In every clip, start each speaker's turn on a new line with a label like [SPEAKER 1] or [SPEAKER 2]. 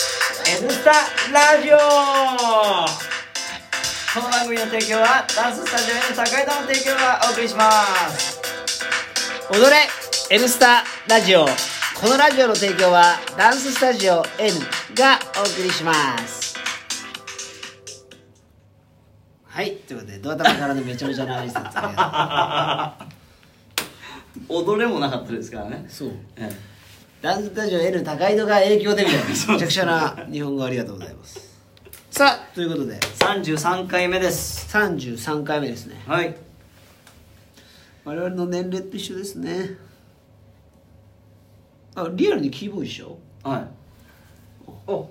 [SPEAKER 1] スタラジオこの番組の提供はダンススタジオ N 高井田の提供がお送りします
[SPEAKER 2] 踊れ N スタラジオこのラジオの提供はダンススタジオ N がお送りしますはいということでドア玉からのめちゃめちゃな挨拶
[SPEAKER 1] 踊れもなかったですからね
[SPEAKER 2] そう
[SPEAKER 1] え
[SPEAKER 2] ダンススタジオ N 高井戸が影響でみたいなめちゃくちゃな日本語ありがとうございますさあということで
[SPEAKER 1] え33回目です
[SPEAKER 2] 33回目ですね
[SPEAKER 1] はい
[SPEAKER 2] 我々の年齢と一緒ですねあリアルにキーボード一緒
[SPEAKER 1] はい
[SPEAKER 3] あ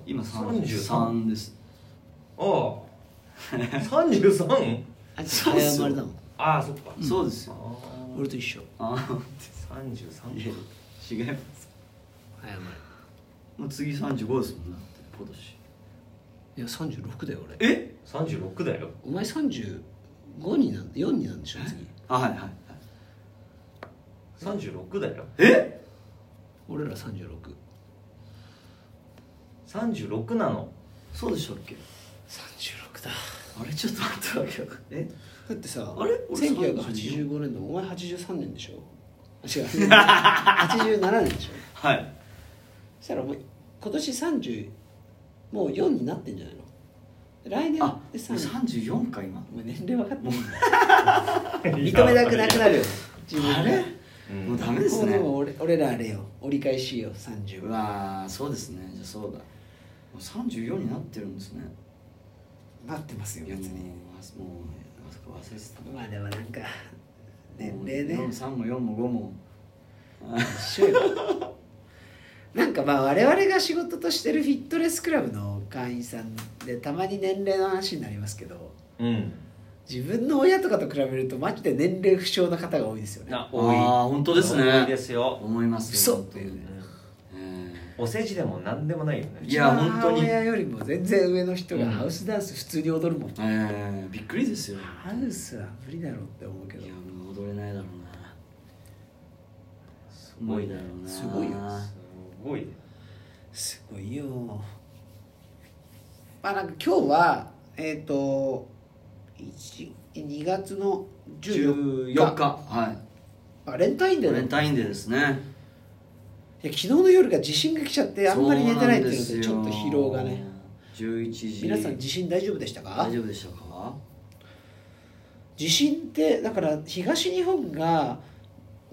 [SPEAKER 1] 今
[SPEAKER 3] 33
[SPEAKER 1] 33です
[SPEAKER 3] ああ 33?
[SPEAKER 2] あっ
[SPEAKER 1] そうっす
[SPEAKER 2] 生
[SPEAKER 1] よ
[SPEAKER 2] まれたもん
[SPEAKER 3] ああそっか
[SPEAKER 1] そうですよ
[SPEAKER 3] あ
[SPEAKER 2] 俺と一緒
[SPEAKER 1] あ
[SPEAKER 3] あ33
[SPEAKER 1] いや違います
[SPEAKER 2] 早生まれ
[SPEAKER 1] もう次35ですもんなって今年
[SPEAKER 2] いや36だよ俺
[SPEAKER 3] え36だよ
[SPEAKER 2] お前35になんで4になんでしょ次
[SPEAKER 1] あはいはいはい
[SPEAKER 3] 36だよ
[SPEAKER 1] え
[SPEAKER 2] 俺ら3636
[SPEAKER 3] 36な の
[SPEAKER 1] そうでしたっけ
[SPEAKER 2] だ
[SPEAKER 1] あれちょっと待ってわけわかんえ
[SPEAKER 2] だってさ
[SPEAKER 1] あれ俺
[SPEAKER 2] 1985年のお前83年 でしょあ違う87年でしょ
[SPEAKER 1] はい
[SPEAKER 2] そしたらお前今年30もう4になってんじゃないの来年
[SPEAKER 1] あ
[SPEAKER 2] で30
[SPEAKER 1] 34か今
[SPEAKER 2] お前年齢分かってんの認
[SPEAKER 3] 認
[SPEAKER 2] めなくなくなるよ自分が
[SPEAKER 1] あれ
[SPEAKER 3] うん
[SPEAKER 1] もうダメです
[SPEAKER 2] もう
[SPEAKER 1] ね
[SPEAKER 2] でも俺俺らあれよ折り返しよ30
[SPEAKER 1] うわーそうですねじゃあそうだもう34になってるんですね
[SPEAKER 2] 待ってますよ
[SPEAKER 1] いや
[SPEAKER 2] 別
[SPEAKER 1] もう
[SPEAKER 2] に
[SPEAKER 1] あそもうあそこ忘れてた
[SPEAKER 2] まあでもなんか年
[SPEAKER 1] もう
[SPEAKER 2] 齢ね
[SPEAKER 1] 3も4も5も
[SPEAKER 2] 一緒よ なんかまあ我々が仕事としてるフィットネスクラブの会員さんでたまに年齢の話になりますけど
[SPEAKER 3] うん
[SPEAKER 2] 自分の親とかと比べるとマジで年齢不詳な方が多いですよね
[SPEAKER 3] な多い
[SPEAKER 1] あー本当ですね
[SPEAKER 3] 多いですよ、
[SPEAKER 1] 思います
[SPEAKER 2] 嘘
[SPEAKER 1] よ本当に
[SPEAKER 2] っていうね
[SPEAKER 1] え
[SPEAKER 3] うんお世辞でも何でもないよね
[SPEAKER 1] いや
[SPEAKER 2] うちの母
[SPEAKER 1] 本当に
[SPEAKER 2] 親よりも全然上の人
[SPEAKER 3] う
[SPEAKER 2] が
[SPEAKER 3] ん
[SPEAKER 2] ハウスダンス普通に踊るもん、
[SPEAKER 1] ーえーびっくりですよ
[SPEAKER 2] ハウスは無理だろうって思うけど
[SPEAKER 1] いやもう踊れないだろうなす
[SPEAKER 3] ごい
[SPEAKER 1] だろうな
[SPEAKER 2] すごいよ
[SPEAKER 3] すごいね
[SPEAKER 2] すごいよまあなんか今日はえっ、と1 2月の14日
[SPEAKER 1] 14日は
[SPEAKER 2] バレンタイン
[SPEAKER 1] い
[SPEAKER 2] デー
[SPEAKER 1] バ
[SPEAKER 2] だ
[SPEAKER 1] レンタインデーですね
[SPEAKER 2] いや昨日の夜が地震が来ちゃってあんまり寝てないっていうのでち
[SPEAKER 1] そう
[SPEAKER 2] ょっ
[SPEAKER 1] なん
[SPEAKER 2] と
[SPEAKER 1] ですよ
[SPEAKER 2] 疲労がね
[SPEAKER 1] 11時
[SPEAKER 2] 皆さん地震大丈夫でしたか
[SPEAKER 1] 大丈夫でしたか
[SPEAKER 2] 地震ってだから東日本が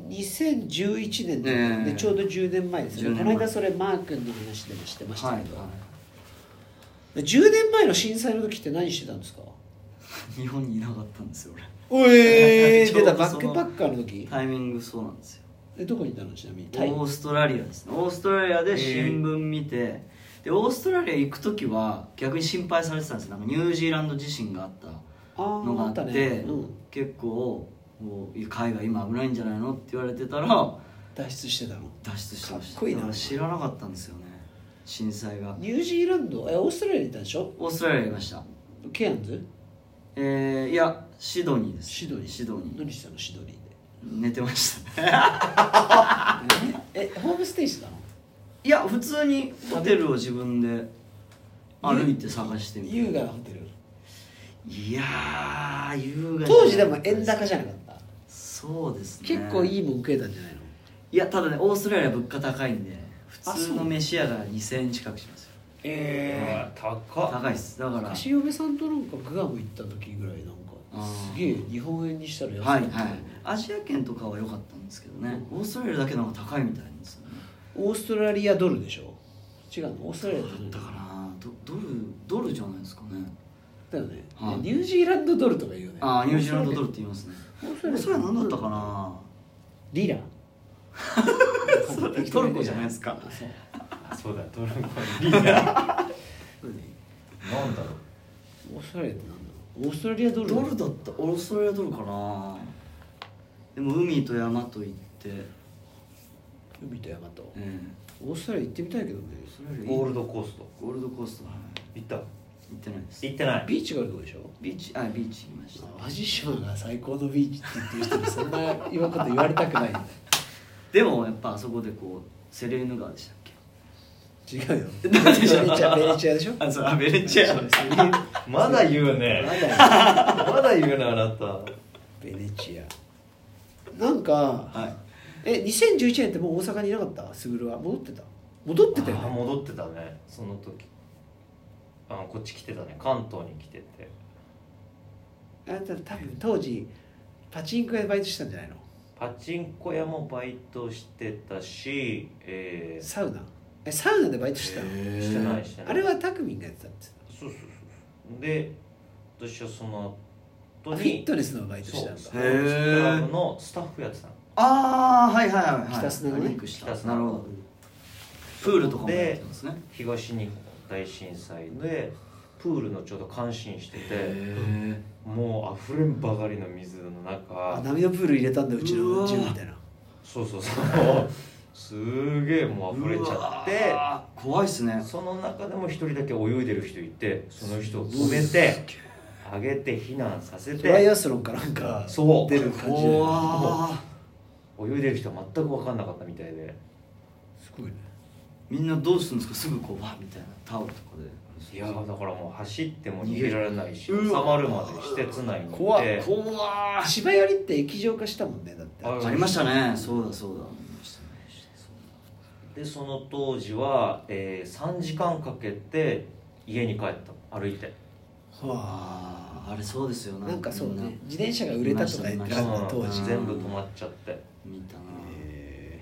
[SPEAKER 2] 2011年で,、
[SPEAKER 1] ねえ
[SPEAKER 2] ちょうど10年前ですよねこ
[SPEAKER 1] 10年
[SPEAKER 2] の
[SPEAKER 1] 前
[SPEAKER 2] 間それマー君の話でもしてました
[SPEAKER 1] はい
[SPEAKER 2] けど、で10年前の震災の時って何してたんですか
[SPEAKER 1] 日本にいなかったんですよ俺
[SPEAKER 2] お え
[SPEAKER 1] ちょ
[SPEAKER 2] 出
[SPEAKER 1] うど
[SPEAKER 2] た
[SPEAKER 1] その
[SPEAKER 2] バックパッカーの時
[SPEAKER 1] タイミングそうなんですよ
[SPEAKER 2] えどこにいたのちなみに
[SPEAKER 1] オ
[SPEAKER 2] タイ
[SPEAKER 1] ーストラリアですねオーストラリアで新聞見て、でオーストラリア行く時は逆に心配されてたんですよなんかニュージーランド地震があった
[SPEAKER 2] あー
[SPEAKER 1] のがあって
[SPEAKER 2] あったねうん
[SPEAKER 1] 結構もう海外今危ないんじゃないのって言われてたら
[SPEAKER 2] 脱出してたの
[SPEAKER 1] 脱出してました
[SPEAKER 2] かっこいいな
[SPEAKER 1] だら知らなかったんですよね震災が
[SPEAKER 2] ニュージーランドえオーストラリアにいたんでしょ
[SPEAKER 1] オーストラリアいました
[SPEAKER 2] ケアンズ
[SPEAKER 1] えー、いやシドニーです
[SPEAKER 2] シドニー
[SPEAKER 1] シドニー
[SPEAKER 2] 何してたのシドニーで
[SPEAKER 1] 寝てました
[SPEAKER 2] ええホームステイしてたの
[SPEAKER 1] いや普通にホテルを自分で歩いて探してみ
[SPEAKER 2] 優
[SPEAKER 1] て
[SPEAKER 2] 雅なホテル
[SPEAKER 1] いやー優雅じゃなかった
[SPEAKER 2] 当時で
[SPEAKER 1] す
[SPEAKER 2] も円高じゃなかった
[SPEAKER 1] そうですね
[SPEAKER 2] 結構い
[SPEAKER 1] い
[SPEAKER 2] いもん食えたんじゃないの
[SPEAKER 1] やただねオーストラリア物価高いんで普
[SPEAKER 2] あ
[SPEAKER 1] 通の飯屋が2000円近くしますよ
[SPEAKER 2] え
[SPEAKER 3] うわ高っ
[SPEAKER 1] 高いっすだから
[SPEAKER 2] 昔嫁さんとなんかグアム行った時ぐらいなん
[SPEAKER 1] あ
[SPEAKER 2] か
[SPEAKER 1] ー
[SPEAKER 2] すげえ日本円にしたら安い
[SPEAKER 1] はいはいアジア圏とかは良かったんですけどねオーストラリアだけの方が高いみたいなんですよね
[SPEAKER 2] オーストラリアドルでしょ違うのオーストラリアドル
[SPEAKER 1] だからドドルドルじゃないですかね
[SPEAKER 2] だよね、
[SPEAKER 1] はい
[SPEAKER 2] ニュージーランドドルとか言うよね
[SPEAKER 1] ああニュージーランドドルって言いますね
[SPEAKER 2] オース
[SPEAKER 1] そ
[SPEAKER 2] トラリ
[SPEAKER 1] れ
[SPEAKER 2] ア
[SPEAKER 1] それは何だったかな
[SPEAKER 2] リラ
[SPEAKER 1] トルコじゃないですか
[SPEAKER 2] そ
[SPEAKER 3] そ
[SPEAKER 2] う
[SPEAKER 3] うだドラゴンリーダー
[SPEAKER 2] 何
[SPEAKER 3] なんだろう
[SPEAKER 2] オーストラリアってなんだろうオーストラリアドル
[SPEAKER 1] ドルだったオーストラリアドルかなでも海と山と行って、
[SPEAKER 2] 海と山と
[SPEAKER 1] え
[SPEAKER 2] オーストラリア行ってみたいけどね
[SPEAKER 1] えそれより
[SPEAKER 3] ゴールドコースト
[SPEAKER 1] ゴールドコーストは
[SPEAKER 3] 行った
[SPEAKER 1] 行ってないです
[SPEAKER 3] 行ってない
[SPEAKER 2] ビーチがあるとこでしょ
[SPEAKER 1] ビーチあビーチ行きました
[SPEAKER 2] 淡路島が最高のビーチって言ってる人にそんな今こと言われたくない
[SPEAKER 1] でもやっぱあそこでこうセレーヌ川でしたっけ
[SPEAKER 2] 違うよベ
[SPEAKER 1] なんで
[SPEAKER 2] ネ
[SPEAKER 1] し
[SPEAKER 2] チ
[SPEAKER 1] ょう
[SPEAKER 2] アベネチアでしょ
[SPEAKER 1] あそうアベレッジや
[SPEAKER 2] そうですね
[SPEAKER 3] まだ言う
[SPEAKER 2] ま
[SPEAKER 3] ね
[SPEAKER 2] だよ
[SPEAKER 3] まだ言うなあなた
[SPEAKER 2] ベネチアなんか
[SPEAKER 1] はい
[SPEAKER 2] え2011年ってもう大阪にいなかったスグルは戻ってた戻ってたよ
[SPEAKER 3] あー
[SPEAKER 2] ね
[SPEAKER 3] 戻ってたねその時あこっち来てたね関東に来てて
[SPEAKER 2] あなた多分当時パチンコ屋でバイトしてたんじゃないの
[SPEAKER 3] パチンコ屋もバイトしてたし、えー、
[SPEAKER 2] サウナえサウナでバイトしてたの
[SPEAKER 3] してないしてない
[SPEAKER 2] あれはタクミンがやってたって
[SPEAKER 3] そうそうそうで私はその後
[SPEAKER 2] あ
[SPEAKER 3] に
[SPEAKER 2] フィットネスのバイトして
[SPEAKER 3] そ
[SPEAKER 2] た
[SPEAKER 3] うん
[SPEAKER 2] だ
[SPEAKER 3] ス
[SPEAKER 1] へ
[SPEAKER 3] ク
[SPEAKER 1] ー
[SPEAKER 3] ラブのスタッフやってたの
[SPEAKER 1] ああはいはいはいはい
[SPEAKER 2] 北砂のね
[SPEAKER 1] リンクした
[SPEAKER 3] 北砂
[SPEAKER 1] なるほどプールとかもやってますね
[SPEAKER 3] 東日本大震災でプールのちょうど感心してて
[SPEAKER 1] へ
[SPEAKER 3] もう溢れんばかりの水の
[SPEAKER 2] あ
[SPEAKER 3] 中
[SPEAKER 2] 波のプール入れたんだうち
[SPEAKER 1] う
[SPEAKER 2] の
[SPEAKER 1] わ
[SPEAKER 2] ジムみたいな
[SPEAKER 3] そうそうそうすげえもう
[SPEAKER 1] ー
[SPEAKER 3] 溢れちゃ
[SPEAKER 1] ゃって怖いっすね
[SPEAKER 3] ってその中でも一人だけ泳いでる人いてその人を止めて上げて避難させ
[SPEAKER 2] トライ
[SPEAKER 3] て
[SPEAKER 2] アスロンかなんか
[SPEAKER 3] そう
[SPEAKER 2] 出る感じだよね
[SPEAKER 1] 怖ー
[SPEAKER 3] 泳いでる人は全く分かんなかったみたいです
[SPEAKER 2] ごいね
[SPEAKER 1] みんなどうするんですかすぐこうわーみたいなタオルとかで
[SPEAKER 3] いやーだからもう走っても逃げられないし収
[SPEAKER 1] うわ
[SPEAKER 3] まるまで施設内にい
[SPEAKER 2] 怖
[SPEAKER 3] て
[SPEAKER 1] 怖ー
[SPEAKER 2] 芝寄りって液状化したもんねだって
[SPEAKER 3] あ
[SPEAKER 1] ありましたねそうだそうだありましたね
[SPEAKER 3] でその当時は、えー、3時間かけて家に帰った歩いて
[SPEAKER 2] は
[SPEAKER 1] あーあれそうですよ
[SPEAKER 2] あなんかそう
[SPEAKER 1] みんな
[SPEAKER 2] ね自転車が売れたとか言ってたもんね
[SPEAKER 1] あ
[SPEAKER 2] 当時
[SPEAKER 1] うん
[SPEAKER 3] 全部止まっちゃって
[SPEAKER 1] 見たな
[SPEAKER 2] へ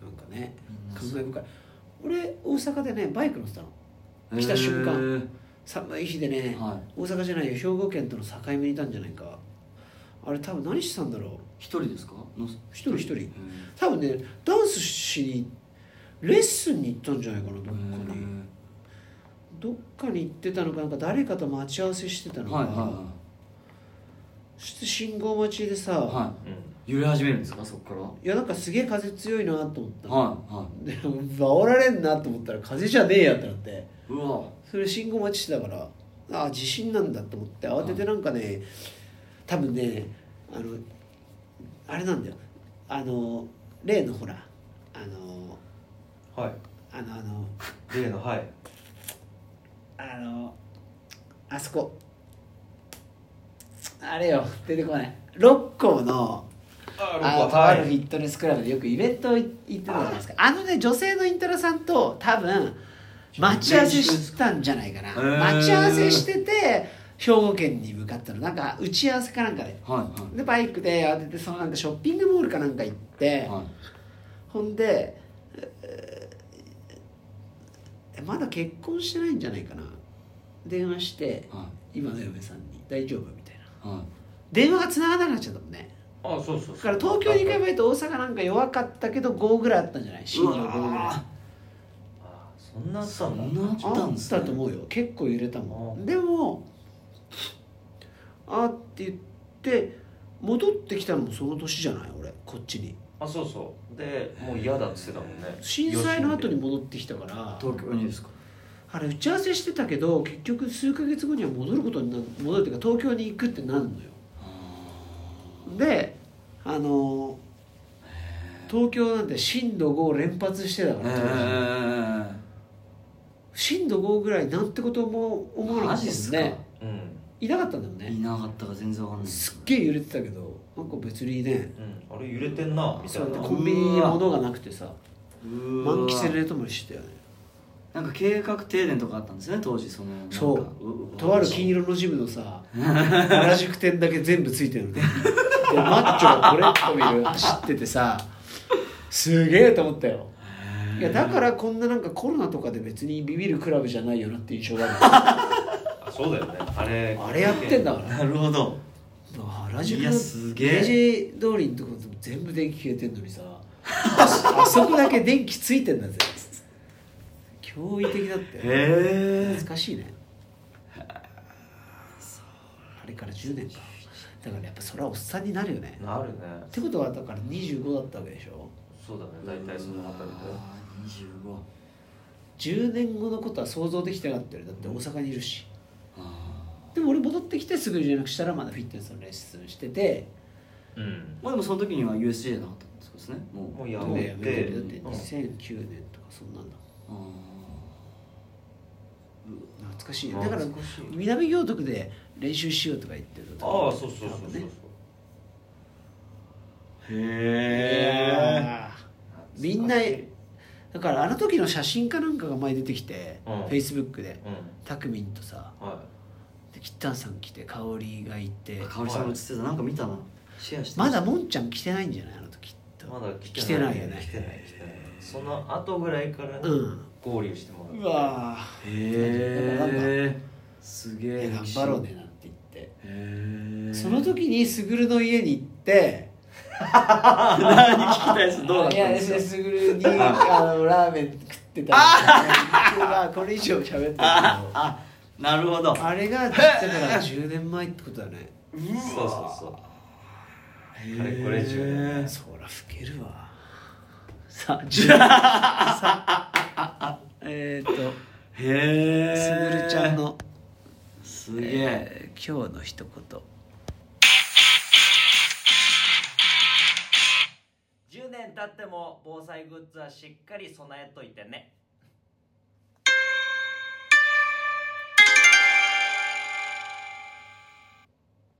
[SPEAKER 2] ーなんかね
[SPEAKER 1] うん
[SPEAKER 2] 感慨深い俺大阪でねバイク乗ってたの来た瞬間寒い日で
[SPEAKER 1] へ
[SPEAKER 2] ね
[SPEAKER 1] ーはい
[SPEAKER 2] 大阪じゃないよ兵庫県との境目にいたんじゃないかあれ多分何してたんだろう
[SPEAKER 1] 一人ですかの
[SPEAKER 2] 一人一人
[SPEAKER 1] へ
[SPEAKER 2] 多分ねダンスしにレッスンに行ったんじゃないかなどっかに
[SPEAKER 1] ー
[SPEAKER 2] どっかに行ってたのかなんか誰かと待ち合わせしてたのか、
[SPEAKER 1] はいはいは
[SPEAKER 2] そして信号待ちでさ、
[SPEAKER 1] いは
[SPEAKER 3] うん
[SPEAKER 1] い揺れ始めるんですかそこから
[SPEAKER 2] い、やなんかすげえ風強いなと思った、
[SPEAKER 1] はいは
[SPEAKER 2] で煽られんなと思ったら風じゃねえやってなって
[SPEAKER 1] いうわ
[SPEAKER 2] それ信号待ちしてたからああ地震なんだと思って慌ててなんかね多分ねあのあれなんだよあの例のほらあの
[SPEAKER 3] はい
[SPEAKER 2] あのあの
[SPEAKER 3] 例のはい
[SPEAKER 2] あのあそこあれよ出てこない六甲の
[SPEAKER 3] あ
[SPEAKER 2] あのとあるフィットネスクラブでよくイベント行ってたじゃないですかあのね女性のイントラさんと多分待ち合わせしてたんじゃないかな、
[SPEAKER 1] ー
[SPEAKER 2] 待ち合わせしてて兵庫県に向かったのなんか打ち合わせかなんかで
[SPEAKER 1] はいは
[SPEAKER 2] でバイクで当ててそのなんかショッピングモールかなんか行って、
[SPEAKER 1] いはい
[SPEAKER 2] ほんで、えーまだ結婚してないんじゃないかな電話して
[SPEAKER 1] は
[SPEAKER 2] 今の嫁さんに「大丈夫?」みたいない
[SPEAKER 1] はい
[SPEAKER 2] 電話が繋がらなくなっちゃったもんね
[SPEAKER 3] あそうそうそう
[SPEAKER 2] だから東京に行け
[SPEAKER 3] ば
[SPEAKER 2] ばいいと大阪なんか弱かったけど5ぐらいあったんじゃない震
[SPEAKER 1] う
[SPEAKER 2] 度
[SPEAKER 1] わ
[SPEAKER 2] 5ぐらい
[SPEAKER 1] ー
[SPEAKER 2] あ
[SPEAKER 3] あそんなあった
[SPEAKER 1] そ
[SPEAKER 3] んだ
[SPEAKER 1] んなあったん
[SPEAKER 2] っ
[SPEAKER 1] ですね
[SPEAKER 2] たと思うよ結構揺れたも
[SPEAKER 3] あ
[SPEAKER 2] んでも「あ」って言って戻ってきたのもその年じゃない俺こっちに
[SPEAKER 3] あそうそうでもう嫌だっつってたもんね
[SPEAKER 2] 震災の後に戻ってきたから
[SPEAKER 1] 東京にですか
[SPEAKER 2] あれ打ち合わせしてたけど結局数ヶ月後には戻ることになる戻るっていうか東京に行くってなるのよであの東京なんて震度5を連発してた
[SPEAKER 1] え
[SPEAKER 2] から、
[SPEAKER 1] え
[SPEAKER 2] 震度5ぐらいなんてことも思わなか
[SPEAKER 1] マ
[SPEAKER 2] った
[SPEAKER 1] ジっ
[SPEAKER 2] もん
[SPEAKER 1] すか
[SPEAKER 2] ね
[SPEAKER 3] うん
[SPEAKER 2] いなかったんだもん
[SPEAKER 1] い
[SPEAKER 2] ね
[SPEAKER 1] なかったか全然わかんないです
[SPEAKER 2] すっげえ揺れてたけどなんか別にね
[SPEAKER 3] うんあれ揺れてんなみた
[SPEAKER 2] そう
[SPEAKER 3] い
[SPEAKER 2] やって
[SPEAKER 3] な
[SPEAKER 2] コンビニに物がなくてさ
[SPEAKER 1] うわ
[SPEAKER 2] 満喫で寝泊まりしてたよね
[SPEAKER 1] なんか計画停電とかあったんですね当時そのなんか
[SPEAKER 2] そう
[SPEAKER 1] う
[SPEAKER 2] とある金色のジムのさ原宿店だけ全部ついてるのねでマッチョがこれっと見 る走っててさすげえと思ったよいやだからこんななんかコロナとかで別にビビるクラブじゃないよなって印象があ
[SPEAKER 3] あそうだよねあれ
[SPEAKER 2] るあれやってんだから
[SPEAKER 1] なるほど
[SPEAKER 2] 原宿
[SPEAKER 1] い
[SPEAKER 2] の
[SPEAKER 1] やすげえ
[SPEAKER 2] 明治通りのとこ全部電気消えてんのにさあそこだけ電気ついてんだぜ驚異的だって
[SPEAKER 1] へ
[SPEAKER 2] 懐かしいねあれから10年かだからやっぱそれはおっさんになるよね
[SPEAKER 3] なるね
[SPEAKER 2] ってことはだから25だったわけでしょ
[SPEAKER 3] そうだね大体そのあたり
[SPEAKER 1] 二十五。
[SPEAKER 2] 10年後のことは想像できてなかったよだって大阪にいるし
[SPEAKER 1] あ
[SPEAKER 2] でも俺戻ってきてすぐ連絡したらまだフィットネスのレッスンしてて
[SPEAKER 3] でうん
[SPEAKER 1] ーまあでもその時には USJ なかったんですねもう
[SPEAKER 3] もうや
[SPEAKER 2] もう
[SPEAKER 3] め
[SPEAKER 2] やめて
[SPEAKER 3] て
[SPEAKER 2] るだって
[SPEAKER 3] うん
[SPEAKER 2] 2009年とかそんなんだ
[SPEAKER 1] あ
[SPEAKER 2] 懐かしいね
[SPEAKER 3] あ
[SPEAKER 2] だから
[SPEAKER 1] 懐かしい
[SPEAKER 2] 南行徳で練習しようとか言ってる
[SPEAKER 3] ああそうそうそうそうそう、
[SPEAKER 2] ね
[SPEAKER 1] へ
[SPEAKER 2] い
[SPEAKER 1] え
[SPEAKER 2] やーみんなだからあの時の写真かなんかが前出てきて
[SPEAKER 3] う
[SPEAKER 2] フ
[SPEAKER 3] ん
[SPEAKER 2] ェイスブックで
[SPEAKER 3] うん
[SPEAKER 2] たくみんとさ
[SPEAKER 3] は
[SPEAKER 2] でキッタンさん来て香りがいて
[SPEAKER 1] かおりさん映ってたなんか見たなシェアして
[SPEAKER 2] まだもんちゃん来てないんじゃないあの
[SPEAKER 3] い
[SPEAKER 2] 時きっと
[SPEAKER 3] まだ来
[SPEAKER 2] 来
[SPEAKER 3] て
[SPEAKER 2] て
[SPEAKER 3] な
[SPEAKER 2] ないいよね
[SPEAKER 3] 来てない来てないその後ぐらいからね
[SPEAKER 2] うん
[SPEAKER 3] 合流してもらう
[SPEAKER 2] うわ
[SPEAKER 1] へえす
[SPEAKER 2] ー
[SPEAKER 1] げ
[SPEAKER 2] いや
[SPEAKER 1] え
[SPEAKER 2] 頑張ろうねなんて言って
[SPEAKER 1] へえ
[SPEAKER 2] その時にスグルの家に行って
[SPEAKER 1] 何聞きたいですどうだ
[SPEAKER 2] い
[SPEAKER 1] った
[SPEAKER 2] や
[SPEAKER 1] んですか
[SPEAKER 2] スグルにあのラーメン食ってた んがこれ以上喋ってるけどあ
[SPEAKER 1] あなるほど
[SPEAKER 2] れがだから10年前ってことだね
[SPEAKER 3] そうそうそう
[SPEAKER 1] へえ
[SPEAKER 3] かれこれ10年
[SPEAKER 2] そら老けるわさあ10さあ えっ、ー、と
[SPEAKER 1] へえ
[SPEAKER 2] すぐるちゃんの、
[SPEAKER 1] すげえ
[SPEAKER 2] えー今日の一言
[SPEAKER 3] 10年経っても防災グッズはしっかり備えといてね